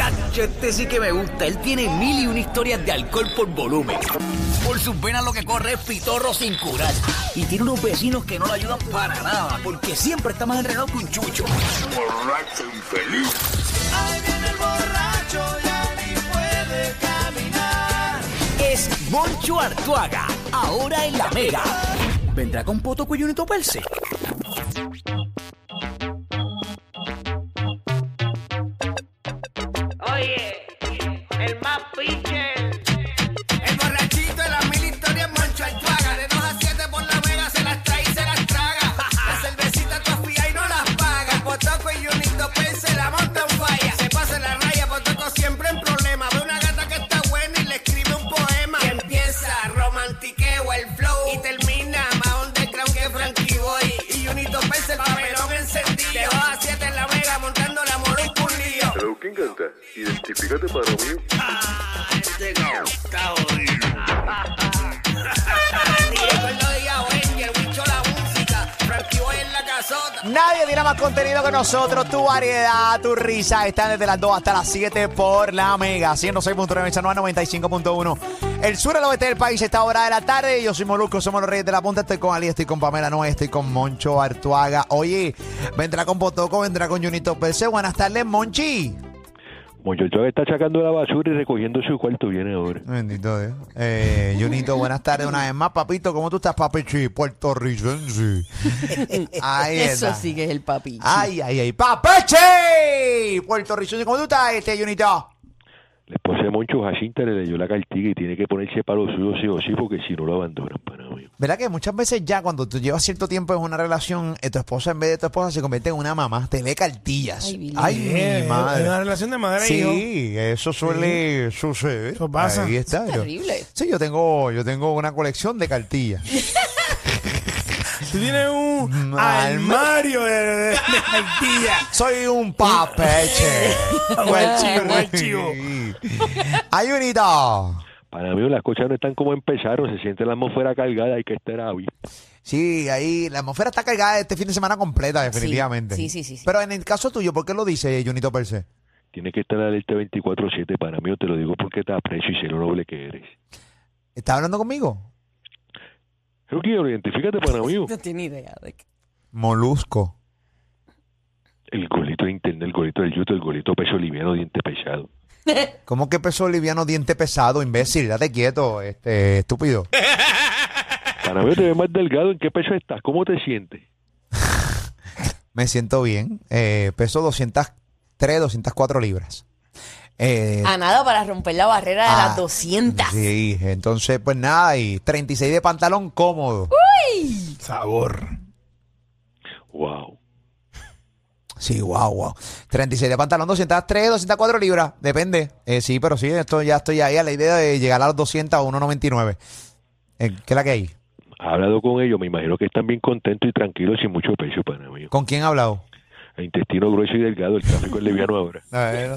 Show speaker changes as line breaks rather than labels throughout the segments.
Tacho, este sí que me gusta. Él tiene mil y una historias de alcohol por volumen. Por sus venas lo que corre es pitorro sin curar. Y tiene unos vecinos que no lo ayudan para nada, porque siempre está más enredado que un chucho.
borracho infeliz.
Es Moncho Artuaga, ahora en la Mega. ¿Vendrá con Poto Cuyunito Perse?
Oye, el más pinche.
El borrachito de las mil historias Moncho Artuaga De 2 a 7 por la vega se las trae y se las traga La cervecita tofía y no las paga El Potoco y Junito Pérez se la monta en falla Se pasa en la raya, Potoco siempre en problema Ve una gata que está buena y le escribe un poema Y empieza romantiqueo el flow Y termina más underground que Frankie Boy Y Junito Pérez el papelón encendido De 2 a 7 en la vega montando la moro y un lío
Pero ¿quién canta? Identifícate para mí.
Diego el Lodia y el bicho la música Frankie Boy en la casota
Nadie tiene más contenido que nosotros. Tu variedad, tu risa están desde las 2 hasta las 7 por la Mega. 106.9, Sanoa 95.1. El sur al oeste del país, esta hora de la tarde. Yo soy Molusco, somos los Reyes de la Punta. Estoy con Ali, estoy con Pamela Noé, estoy con Moncho Artuaga. Oye, vendrá con Potoco, vendrá con Junito Perse. Buenas tardes, Monchi.
Muchacho que está sacando la basura y recogiendo su cuarto viene ahora.
Bendito Dios. Eh, Junito, buenas tardes una vez más, papito. ¿Cómo tú estás, papichi? Puertorricense. Ahí
Eso
está.
sí que es el papi.
Ay, ay, ay. ¡Papeche! Puerto Rico, ¿cómo tú estás, este, Junito?
La esposa de Moncho Jacinta le leyó la cartiga y tiene que ponerse palo suyo sí o sí porque si no lo abandonan para mí.
¿Verdad que muchas veces ya cuando tú llevas cierto tiempo en una relación, eh, tu esposa en vez de tu esposa se convierte en una mamá, te lee cartillas.
Ay, Billy.
Ay mi madre.
Es una Eh, relación de madre y hijo.
Sí, eso suele suceder.
Eso pasa.
Ahí está.
Es
yo-
terrible.
Sí, yo tengo, yo tengo una colección de cartillas.
Tú tienes un
Mm, Alma.
armario de, de, de cartillas.
Soy un papeche.
Guachivo, guachivo.
Ayunito.
Para mí las cosas no están como empezaron, se siente la atmósfera cargada, hay que estar abierto.
Sí, ahí la atmósfera está cargada este fin de semana completa, definitivamente.
sí, sí, sí, sí.
Pero en el caso tuyo, ¿por qué lo dice Junito Perse?
Tienes que estar alerta 24-7 para mí, yo te lo digo porque te aprecio y sé lo noble que eres.
¿Estás hablando conmigo?
Yo quiero, identifícate para mí.
No tiene idea de qué.
Molusco.
El golito de internet, el golito del yuto, el golito peso liviano, diente pesado.
¿Cómo que peso liviano, diente pesado, imbécil? Date quieto, este, estúpido.
Para mí te ves más delgado, ¿en qué peso estás? ¿Cómo te sientes?
Me siento bien. Eh, peso 203, 204 libras. Eh,
A nada para romper la barrera de
ah,
las 200.
Sí, entonces, pues nada, y 36 de pantalón cómodo.
Sabor.
Wow.
Sí, wow, wow. 36 de pantalón, 203, 204 libras, depende. Eh, sí, pero sí, esto ya estoy ahí a la idea de llegar a los 200 o 199. Eh, ¿Qué es la que hay?
Ha hablado con ellos, me imagino que están bien contentos y tranquilos sin mucho peso para mí.
¿Con quién ha hablado?
El intestino grueso y delgado, el tráfico es liviano ahora.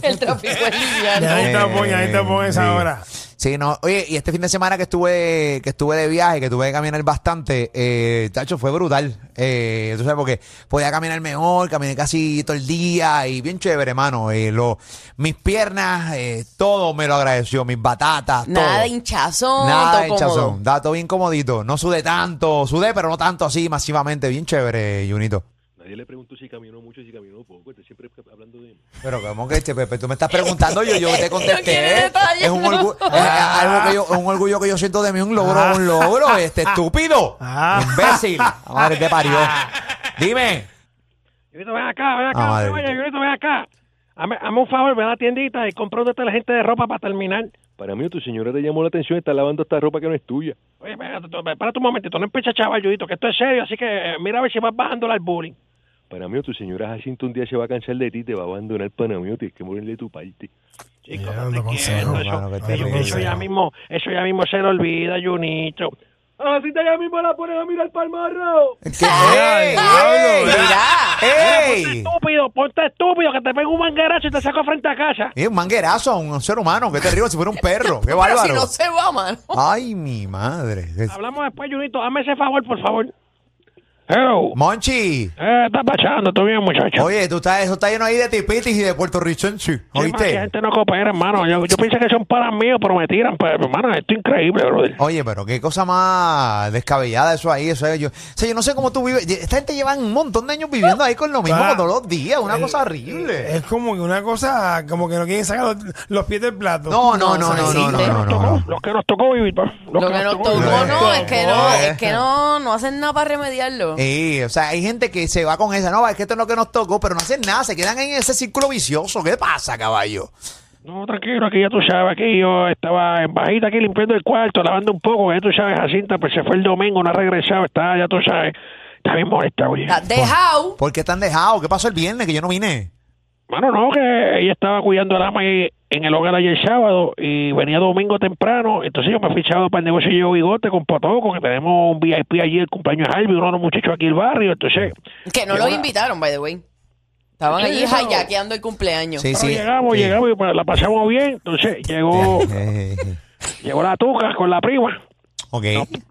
El tráfico es
Ya
liviano.
ahí está, pon, ya ahí está, pon
Sí.
esa hora.
Sí, no. Oye, y este fin de semana que estuve que estuve de viaje, que tuve que caminar bastante, eh, tacho, fue brutal. Eh, tú sabes, porque podía caminar mejor, caminé casi todo el día y bien chévere, hermano. Eh, lo, mis piernas, eh, todo me lo agradeció, mis batatas,
Nada
todo.
de hinchazón.
Nada
todo
de
cómodo.
hinchazón. Dato bien comodito. No sudé tanto. Sudé, pero no tanto así masivamente. Bien chévere, Junito.
Nadie le preguntó si caminó mucho, si caminó poco. Está siempre hablando de
Pero ¿cómo que este Pepe? Tú me estás preguntando yo, yo te
No quiere
contesté.
detalles,
es un
no.
orgullo, es, algo que yo, es un orgullo que yo siento de mí, un logro, un logro, este estúpido.
Ah.
Imbécil. La Madre te parió. Dime.
Grito, ven acá, ven
Ah,
acá,
madre.
oye, Grito, ven acá. Hazme, hazme un favor, ven a la tiendita y compra un detergente de ropa para terminar.
Para mí, tu señora te llamó la atención, está lavando esta ropa que no es tuya.
Oye, espérate, tú- espérate un momentito, no empieza chaval, Judito, que esto es serio, así que eh, mira a ver si vas bajando al bullying.
Para mí, tu señora Jacinto un día se va a cansar de ti, te va a abandonar. Para mí, tienes que morirle tu parte.
Chico,
Ya,
no
dando
te
consejos,
quieto, eso,
mano, que
eso-
terrible.
eso ya mismo, eso ya mismo se lo olvida, Junito. Así te ya mismo la pones a mirar para el marrao.
¿Qué? ¡Ey! ¡Ey!
Mira.
pues,
¡Ey!
Estúpido, ponte estúpido, que te pego un manguerazo y te saco frente a casa.
Es un manguerazo a un ser humano. Qué terrible si fuera un perro. Qué
Pero si no
bárbaro.
se va, mano.
Ay, mi madre.
Hablamos después, Junito, hazme ese favor, por favor.
Hello.
Monchi.
Eh, estás pachando, tú bien, muchacho.
Oye, tú estás, eso está lleno ahí de tipitis y de puertorricense.
Sí, man, que
¿Oíste?
gente no coopera, hermano. Yo, yo pensé que son panas míos, pero me tiran. Pues, hermano, esto es increíble, brother.
Oye, pero qué cosa más descabellada eso ahí. Eso ahí, yo, o sea, yo no sé cómo tú vives. Esta gente lleva un montón de años viviendo ahí con lo mismo
Ah.
todos los días. Una
El-
cosa horrible.
Es como que una cosa, como que no quieren sacar los, los pies del plato.
No, no, no,
No,
no,
eso
no,
no
no, no,
Los
no.
tocó, los que nos tocó vivir, pa. Los
Lo que nos tocó,
vivir.
no, es que no,
No,
es que no, no hacen nada para remediarlo.
Sí, o sea, hay gente que se va con esa. No, es que esto es lo que nos tocó, pero no hacen nada. Se quedan en ese círculo vicioso. ¿Qué pasa, caballo?
No, tranquilo, aquí ya tú sabes, aquí yo estaba en bajita, aquí limpiando el cuarto, lavando un poco, ya tú sabes, Jacinta, pues se fue el domingo, no ha regresado, está, ya tú sabes, está bien molesta, oye.
pues.
Está dejado.
¿Por qué están dejados? ¿Qué pasó el viernes que yo no vine?
Mano, no, que ella estaba cuidando a la ama ahí en el hogar ayer sábado y venía domingo temprano, entonces yo me fui sábado para el negocio yo bigote con Potoco, que tenemos un VIP allí, el cumpleaños de Harvey, uno de los muchachos aquí del barrio, entonces...
Que no los invitaron, by the way. Estaban
Sí,
allí
no.
hayaqueando el cumpleaños.
Sí,
bueno,
sí.
ah, llegamos,
sí.
llegamos y pues, la pasamos bien, entonces llegó,
Eh, eh,
llegó la tuca con la prima.
Ok.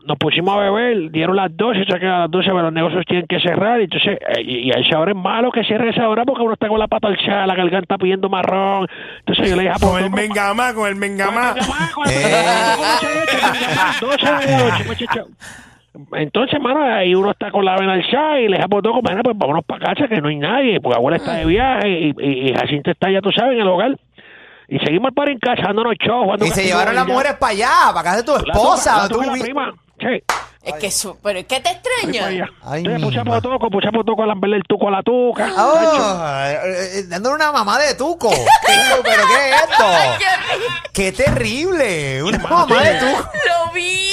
nos pusimos a beber, dieron las 12, o sea que a las 12 bueno, los negocios tienen que cerrar, y entonces, eh, y, y a esa hora es malo que cierre esa hora porque uno está con la pata alzada, la garganta pidiendo marrón, entonces yo le dije a
Con
Potoco,
el mengamá, con el mengamá.
con el mengamá, con el mengamá, 12 de la noche, muchacho. Entonces, mano, ahí uno está con la vena alzada y le dije a Potoco, bueno, pues vámonos para casa que no hay nadie, porque abuela está de viaje y, y, y Jacinta está ya, tú sabes, en el hogar. Y seguimos para en casa dándonos show. jugando
Y se
castillo,
llevaron las
ya.
mujeres para allá, para casa de tu
La tuca-
esposa.
la tuca
tú
y la
vi-
prima. Sí.
Es que eso, pero es que te
Fui para allá.
extraña.
Ay,
Entonces
mi
puse a
madre.
Potoco, puse a Potoco a lamberle el tuco a la tuca. Nacho.
Ah, eh, eh, dándole una mamá de tuco. Tuco, ¿Pero qué es
Ay,
esto?
qué rico.
¡Qué terrible! Una mamá de tuco.
Lo vi.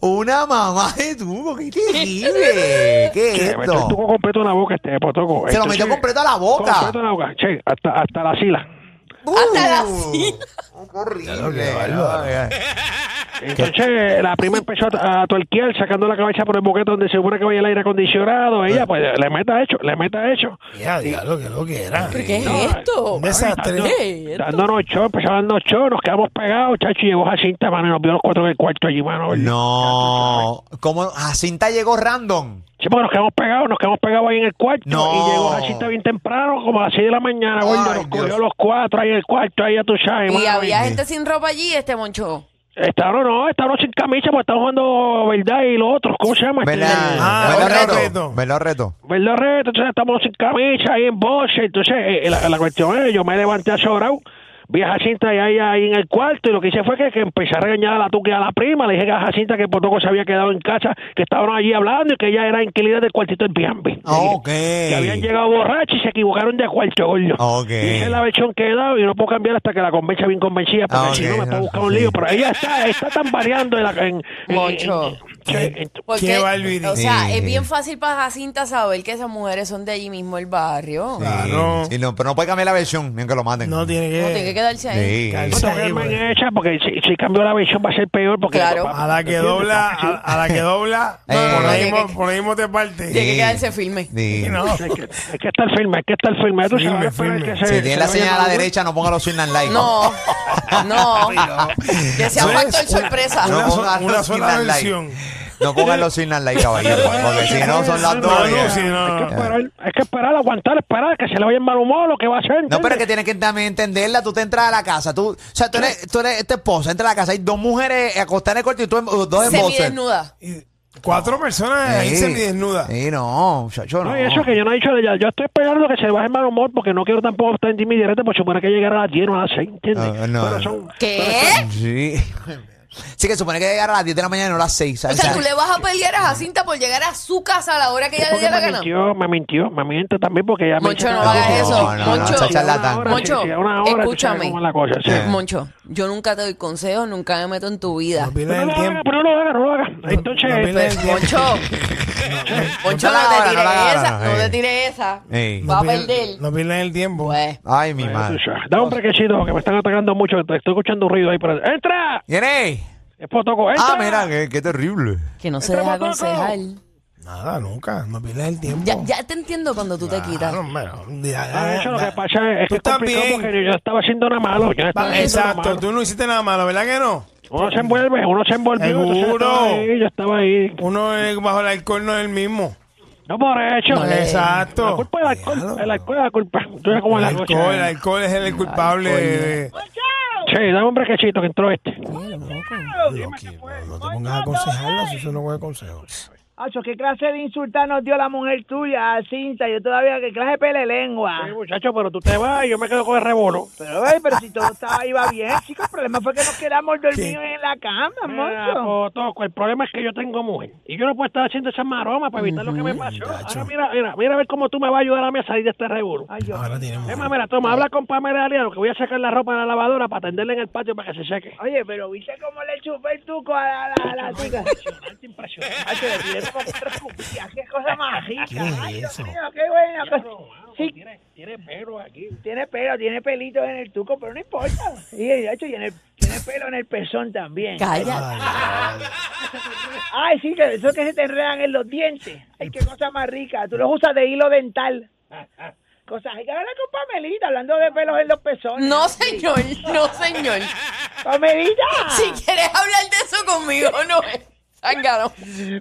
Una mamá de tuco. ¡Qué terrible! ¿Qué es
Le metió el tuco
esto?
completo en la boca este Potoco.
Se lo
Entonces,
metió completo a la boca.
Completo en la boca, che, hasta, hasta la sila.
Hasta la
Uh,
silla.
¡Qué horrible!
Entonces la prima empezó a, a torquear sacando la cabeza por el boquete donde se supone que vaya el aire acondicionado. Ella pues le meta hecho, le meta hecho.
Ya, diablo, que lo que era.
¿Pero qué es esto?
Un desastre.
¿Qué es esto?
Dándonos show, empezó a darnos show, nos quedamos pegados, chacho, y llegó Jacinta, mano, y nos vio los cuatro en el cuarto allí, mano.
No. ¿Cómo Jacinta llegó random?
Sí, porque nos quedamos pegados, nos quedamos pegados ahí en el cuarto.
No.
Y llegó Jacinta bien temprano, como a las 6 de la mañana, gordo.
Ay,
Nos
Dios.
cogió los cuatro ahí en el cuarto, ahí a tu sabes.
Y
mano.
había gente sin ropa allí, este moncho.
Estaban, no, estaban sin camisa porque estaban jugando verdad y los otros, ¿cómo se llama? Este,
¿Verdad?
Ah,
¿Verdad
verdad
reto?
reto.
¿Verdad reto?
¿Verdad, Reto? Entonces estamos sin camisa ahí en boxe. Entonces, eh, la, la cuestión es, yo me levanté a sobrado, vi a Jacinta ahí, ahí, ahí en el cuarto y lo que hice fue que, que empecé a regañar a la tuca y a la prima. Le dije a Jacinta que por poco se había quedado en casa, que estaban allí hablando y que ella era inquilina del cuartito del Biambi.
Ah, ok.
Que habían llegado borrachos y se equivocaron de cuarto, gordo.
Ok.
Y esa es la versión que he dado y no puedo cambiar hasta que la convenza bien convencida porque
Ah,
si no
ok.
me puedo buscar un lío. Pero ella está, está tambaleando en la... En, en-
Moncho.
en- en- en-
Porque,
Qué barbaridad.
o sea,
Sí.
es bien fácil para Jacinta saber que esas mujeres son de allí mismo el barrio.
Sí,
Claro.
Eh, sí, no, pero no puede cambiar la versión, ni aunque lo maten.
No tiene que.
No tiene que quedarse ahí.
Sí.
Calza.
No tengo que irme en esa, porque si, si cambio la versión va a ser peor porque
Claro.
A la que dobla, a, a la que dobla,
No, no,
por,
no,
ahí
no,
mismo-
que-
por ahí mismo te parte.
Tiene
Sí.
que quedarse firme.
Sí.
No.
Hay que, hay que estar firme, hay que estar firme. Ya tú sabes,
Firme,
espera
firme.
que se-
Si tiene la
se vaya
señal a la
maduro.
derecha, no ponga los signos like.
No, no. Que sea
No es
factor
una-
sorpresa.
No
Una so-
pongan
una
los
sola
signal like.
versión.
No pongan los signal like, caballero. Porque si no, son las
No,
dos.
no,
ya.
si no.
Hay que, esperar, hay que esperar, aguantar, esperar, que se le vaya el mal humor, lo que va a hacer.
No, pero es
¿entiendes?
que tienes que también entenderla. Tú te entras a la casa. Tú, o sea, tú eres, tú eres esta esposa, entra a la casa. Hay dos mujeres acostadas en el cuarto y tú en- dos en boxer.
Semidesnuda.
Y Cuatro personas ahí
Sí.
semidesnudas.
Sí, no, muchacho, no.
No, y eso que yo no he dicho de ella. Yo estoy esperando que se le baje el mal humor porque no quiero tampoco estar en intimidante porque supone que llegar a las 10 o a las 6, ¿entiendes?
Ah, no.
Pero son-
¿Qué?
Sí. Sí, que supone que llegar a las 10 de la mañana y no a las 6.
O sea, tú le vas a pelear a Jacinta por llegar a su casa a la hora que ella le
porque
dé la
me
gana.
mintió, me mintió, me miente también porque ella me
Moncho,
dice-
no hagas
No, eso. no, no, Moncho, no, charlatán.
Moncho,
sí, sí, a una hora, tú sabes
escúchame.
cómo es la cosa, sí.
Moncho, yo nunca te doy consejos, nunca me meto en tu vida.
No pierdas
Pero
el
no lo haga,
tiempo.
pero no lo haga, no lo haga. Entonces,
no pierdas el tiempo.
Moncho, Moncho,
la
no te
hagas, no
tires
la hagas,
esa,
no,
no
eh.
te tires esa.
Ey.
Va a
No pierdas-
perder.
No pierdas el tiempo.
Pues,
Ay, mi
eh,
madre.
tú sabes. Da un brequecito que me están atacando mucho. te Estoy escuchando un ruido ahí. Pero... ¡Entra!
¿Quién es?
Es Potoco, entra.
Ah, mira, qué, qué terrible.
que no se
Entra,
deja
Mococo.
aconsejar.
Nada, nunca. No pierdas el tiempo.
Ya, ya te entiendo cuando tú te quitas.
Claro, bueno, ya, ya,
Ah, eso lo
ya.
que pasa es, es
eh, Tú
que es
estás
complicado
bien.
porque yo estaba haciendo nada malo. Yo no estaba
Va,
haciendo nada
Exacto,
malo.
tú no hiciste nada malo, ¿verdad que no?
Uno se envuelve, uno se envuelve.
Seguro.
Yo estaba ahí.
Uno eh, bajo el alcohol no es el mismo.
No por hecho.
Exacto.
Eh, La culpa es el alcohol.
Déjalo.
El alcohol es la culpa. Tú eres como
El
la
alcohol, eh. el
noche.
alcohol es el culpable de...
Che, dame un brequecito que entró este.
No te pongas a aconsejarlo si eso no es consejo.
Acho, ¿qué clase de insulta nos dio la mujer tuya, Cinta? Yo todavía, ¿qué clase de pele lengua?
Oye, muchacho, pero tú te vas y yo me quedo con el rebono.
Pero, ay, pero si todo estaba, iba bien, chicos, el problema fue que nos quedamos dormidos en la cama,
Mira,
monstruo.
Potoco, el problema es que yo tengo mujer y yo no puedo estar haciendo esas maromas para evitar lo que me pasó. Ahora mira, mira, mira a ver cómo tú me vas a ayudar a mí a salir de este revuelo.
Ay, yo.
Ahora tiene
Es
mujer.
más, mira, toma, habla con Pamela Aliano que voy a sacar la ropa de la lavadora para tenderla en el patio para que se seque.
Oye, pero ¿viste cómo le chupé el tuco a la, a la, a la chica?
Impresionante.
Ay, que le pidieron como tres cubillas, qué cosa más rica.
¿Qué es
Ay, Dios
eso?
mío, qué buena cosa. Sí,
Tiene, tiene pelo aquí.
tiene pelo, tiene pelitos en el tuco, pero no importa. Y, de hecho, y en el- tiene pelo en el pezón también.
Calla.
Ay, sí, que eso que se te enredan en los dientes. Ay, qué cosa más rica. Tú los usas de hilo dental. Cosas. Hay que hablar con Pamelita, hablando de pelos en los pezones.
No, señor, no, señor.
¡Pamelita!
Si quieres hablar de eso conmigo, no es. Zángano.
¡Oye,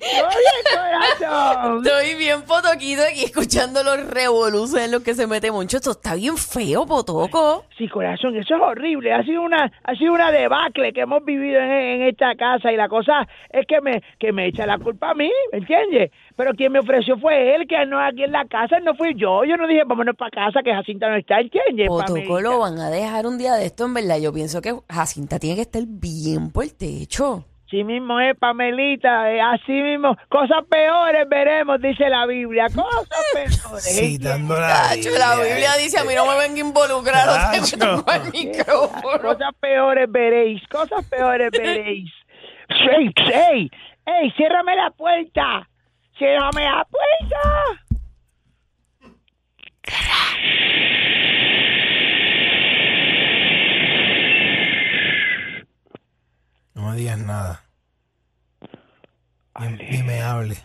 corazón!
Estoy bien potoquito aquí escuchando los revoluces en los que se mete mucho. Esto está bien feo, potoco.
Sí, corazón, eso es horrible. Ha sido una, ha sido una debacle que hemos vivido en, en esta casa y la cosa es que me, que me echa la culpa a mí, ¿me entiendes? Pero quien me ofreció fue él, que no aquí en la casa, no fui yo. Yo no dije, vámonos para casa, que Jacinta no está, ¿entiendes?
Potoco
Pamelita?
lo van a dejar un día de esto, en verdad. Yo pienso que Jacinta tiene que estar bien por el techo.
Sí mismo es, Pamelita, eh, así mismo. Cosas peores veremos, dice la Biblia. Cosas peores.
Citando la
Tacho, la Biblia dice, a mí no me venga a involucrar, o sea, yo
Tacho.
tengo el micrófono.
Cosas peores veréis, cosas peores veréis. ¡Ey, ey! ¡Ey, ciérrame la puerta! ¡Ciérrame la puerta!
No me digas nada. Ni, ni me hable.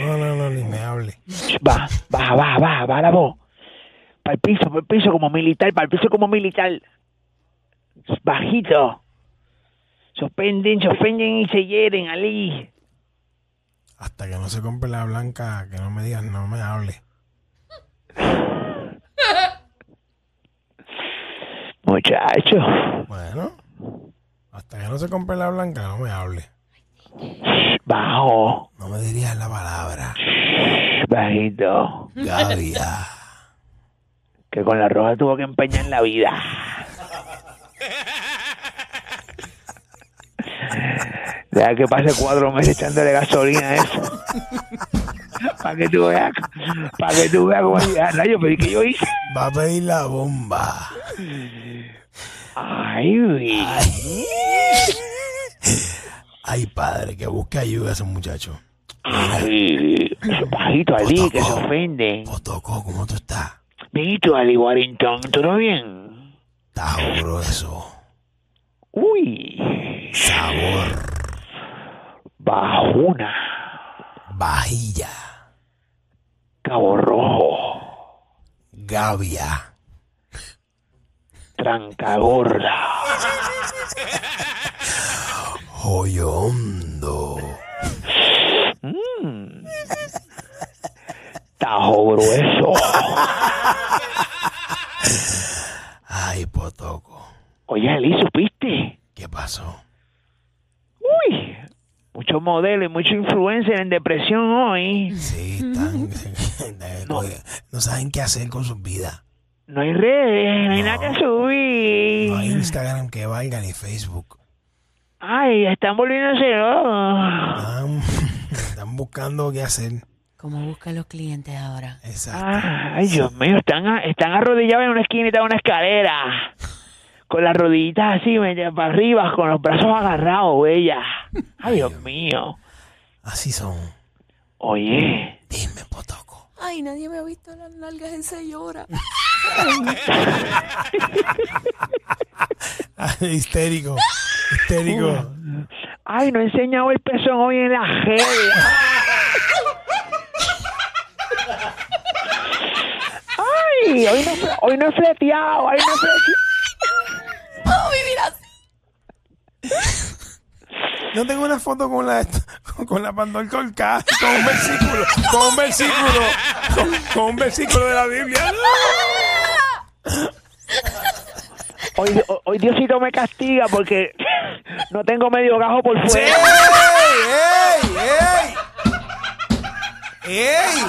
No, no, no, ni me hable.
Va, baja, baja, baja, baja la voz. Para el piso, para el piso como militar, para el piso como militar. Bajito. Suspenden, suspenden y se hieren, Ali.
Hasta que no se compre la blanca, que no me digas, no me hable.
Muchacho.
Bueno, hasta que no se compre la blanca, no me hable.
Bajo,
No me dirías la palabra.
bajito.
Gavia.
que con la roja tuvo que empeñar la vida. Deja que pase cuatro meses echándole gasolina a eso. Para que tú veas, para que tú veas cómo es. Ah, Rayo, pero ¿y qué yo hice?
Va a pedir la bomba.
Ay, güey.
Ay, padre, que busque ayuda ese muchacho.
Ay, bajito Ali, que se ofenden.
Potoco, ¿cómo tú estás?
Bajito Ali Warrington, ¿todo bien?
Estás grueso.
Uy,
Sabor.
bajuna,
Vajilla.
cabo rojo,
Gavia.
tranca gorda.
Hoyo hondo.
Tajo grueso.
Ay, Potoco.
Oye, Ali, ¿supiste?
¿Qué pasó?
Uy, muchos modelos y muchos influencers en depresión hoy.
Sí, están. no saben qué hacer con sus vidas.
No hay redes, no hay nada que
No hay
subir.
Instagram que valga ni Facebook.
Ay, están volviéndose locos.
Están, están buscando qué hacer.
¿Cómo buscan los clientes ahora?
Exacto.
Ah, Ay, Dios mío, están, a- están arrodillados en una esquinita de una escalera. Con las rodillitas así, media para arriba, con los brazos agarrados, bella. Ay, Dios mío.
Así son.
Oye,
Dime, Potoco.
Ay, nadie me ha visto las nalgas en seis horas.
histérico. Histérico.
ay, no he enseñado el pezón hoy en la gel. Ay, hoy no, hoy no he fleteado, hoy no he fleteado.
Puedo vivir así.
Yo tengo una foto con la con la pandol colcada, con un versículo, con un versículo, con, con un versículo de la Biblia.
Hoy, hoy Diosito me castiga porque no tengo medio gajo por
¡Ey!
fuera.
¡Ey! ¡Ey! ¡Ey!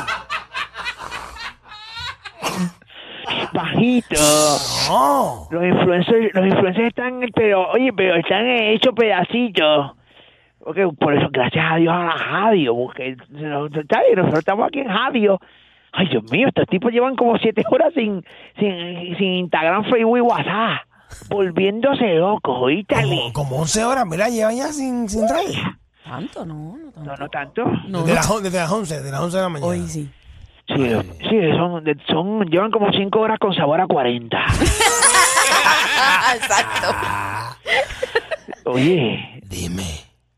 Bajito.
¡No!
Los influencers, los influencers están, pero, oye, pero están hechos pedacitos. Porque por eso, gracias a Dios a la radio, porque nosotros está bien, nosotros estamos aquí en radio. Ay, Dios mío, estos tipos llevan como siete horas sin, sin, sin Instagram, Facebook y WhatsApp, volviéndose locos, oíste.
Como, como 11 horas, mira, llevan ya sin, sin radio.
Tanto, no, no tanto.
No, no tanto.
No,
Desde,
no.
las, on- desde las 11, de las 11 de la mañana.
Hoy sí.
Sí, sí son, son, llevan como cinco horas con sabor a 40.
Exacto.
Oye,
Dime.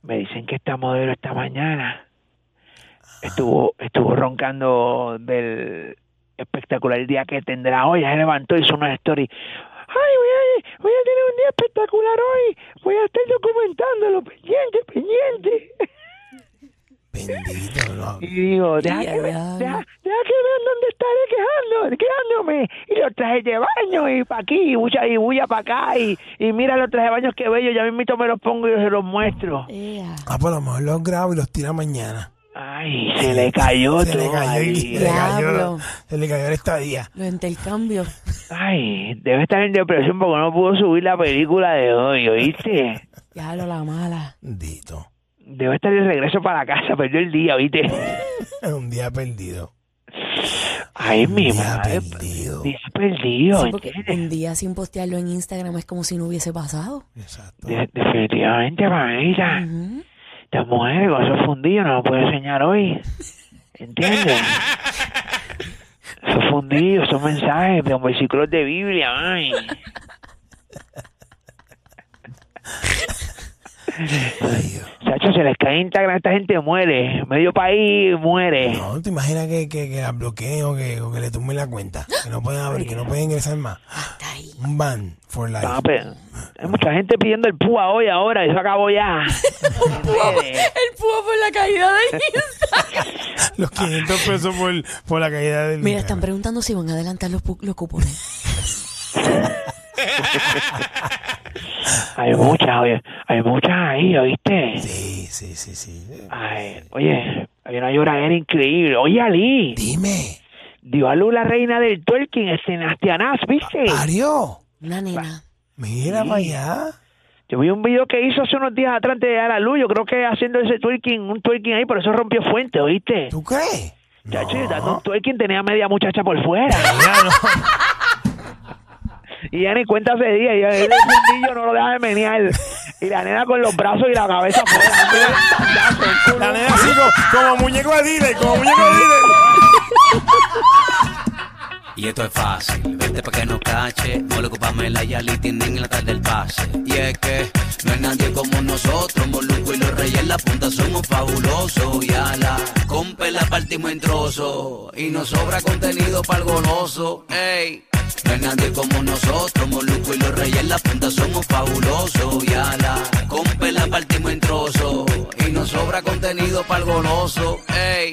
me dicen que esta modelo esta mañana estuvo estuvo roncando del espectacular día que tendrá hoy. Ya se levantó, hizo una story. Ay, voy a, voy a tener un día espectacular hoy. Voy a estar documentándolo. Pendiente, pendiente.
Bendito, no.
Y digo, deja que, me,
diablo.
deja, deja que vean dónde estaré quejando, quejándome. Y los trajes de baño, y pa' aquí, y bulla, y bulla pa' acá. Y, y mira los trajes de baño que bello, ya mismito me los pongo y se los muestro.
Ea.
Ah, pues a lo mejor los grabo y los tira mañana.
Ay, se le cayó
Se
todo
le cayó,
ahí.
y- se le cayó,
Diablo.
se le cayó la estadía.
Los intercambios.
Ay, debe estar en depresión porque no pudo subir la película de hoy, ¿oíste?
Ya lo la mala.
Bendito.
Debe estar de regreso para casa, perdió el día, ¿oíste?
Es un día perdido.
Ay, mi
Día
madre.
perdido.
Día perdido,
Sí, porque
¿entiendes?
un día sin postearlo en Instagram es como si no hubiese pasado.
Exacto.
De- definitivamente, mamita.
Ujú.
Las mujeres con esos fundidos no lo puede enseñar hoy. ¿Entiendes? Esos fundidos, esos mensajes de versículos de Biblia, ay. Sacho, se les cae Instagram, esta gente muere. Medio país muere.
No, te imaginas que, que, que la bloqueen o que, o que le tumben la cuenta. Que no pueden abrir, que no pueden ingresar más.
Está ahí.
Un ban for life.
Ah, pero hay mucha gente pidiendo el púa hoy, ahora. Eso acabó ya.
El púa por la caída de
Los 500 pesos por, por la caída del.
Mira, están preguntando si van a adelantar los, pu- los cupones.
Hay muchas, oye. Hay muchas ahí, ¿oíste?
Sí, sí, sí, sí.
Ay, oye, hay una lloradera increíble. Oye, Ali,
Dime,
dio a luz la reina del twerking, este Nastianás, ¿viste?
Mario,
Una nena.
mira para allá.
Yo vi un video que hizo hace unos días atrás antes de dar a luz. Yo creo que haciendo ese twerking, un twerking ahí, por eso rompió fuente, ¿oíste?
¿Tú crees?
Chacho, y dando un twerking tenía media muchacha por fuera.
Mira, no.
Y ya ni cuenta ese día. Y ya el fundillo no lo deja de menear. Y la nena con los brazos y la cabeza fuera.
La nena así como, como muñeco de dealer, como muñeco de dealer.
Y esto es fácil, vete pa' que no cache. Moluco, Pamela y Ali tienen la tarde del pase. Y es que no hay nadie como nosotros. Moluco y los reyes en la punta somos fabulosos. Y a la compa la partimos en trozos. Y nos sobra contenido pa'l goloso. Ey, no hay nadie como nosotros. Moluco y los reyes en la punta somos fabulosos. Y a la compa la partimos en trozos. Y nos sobra contenido pa'l goloso. Ey.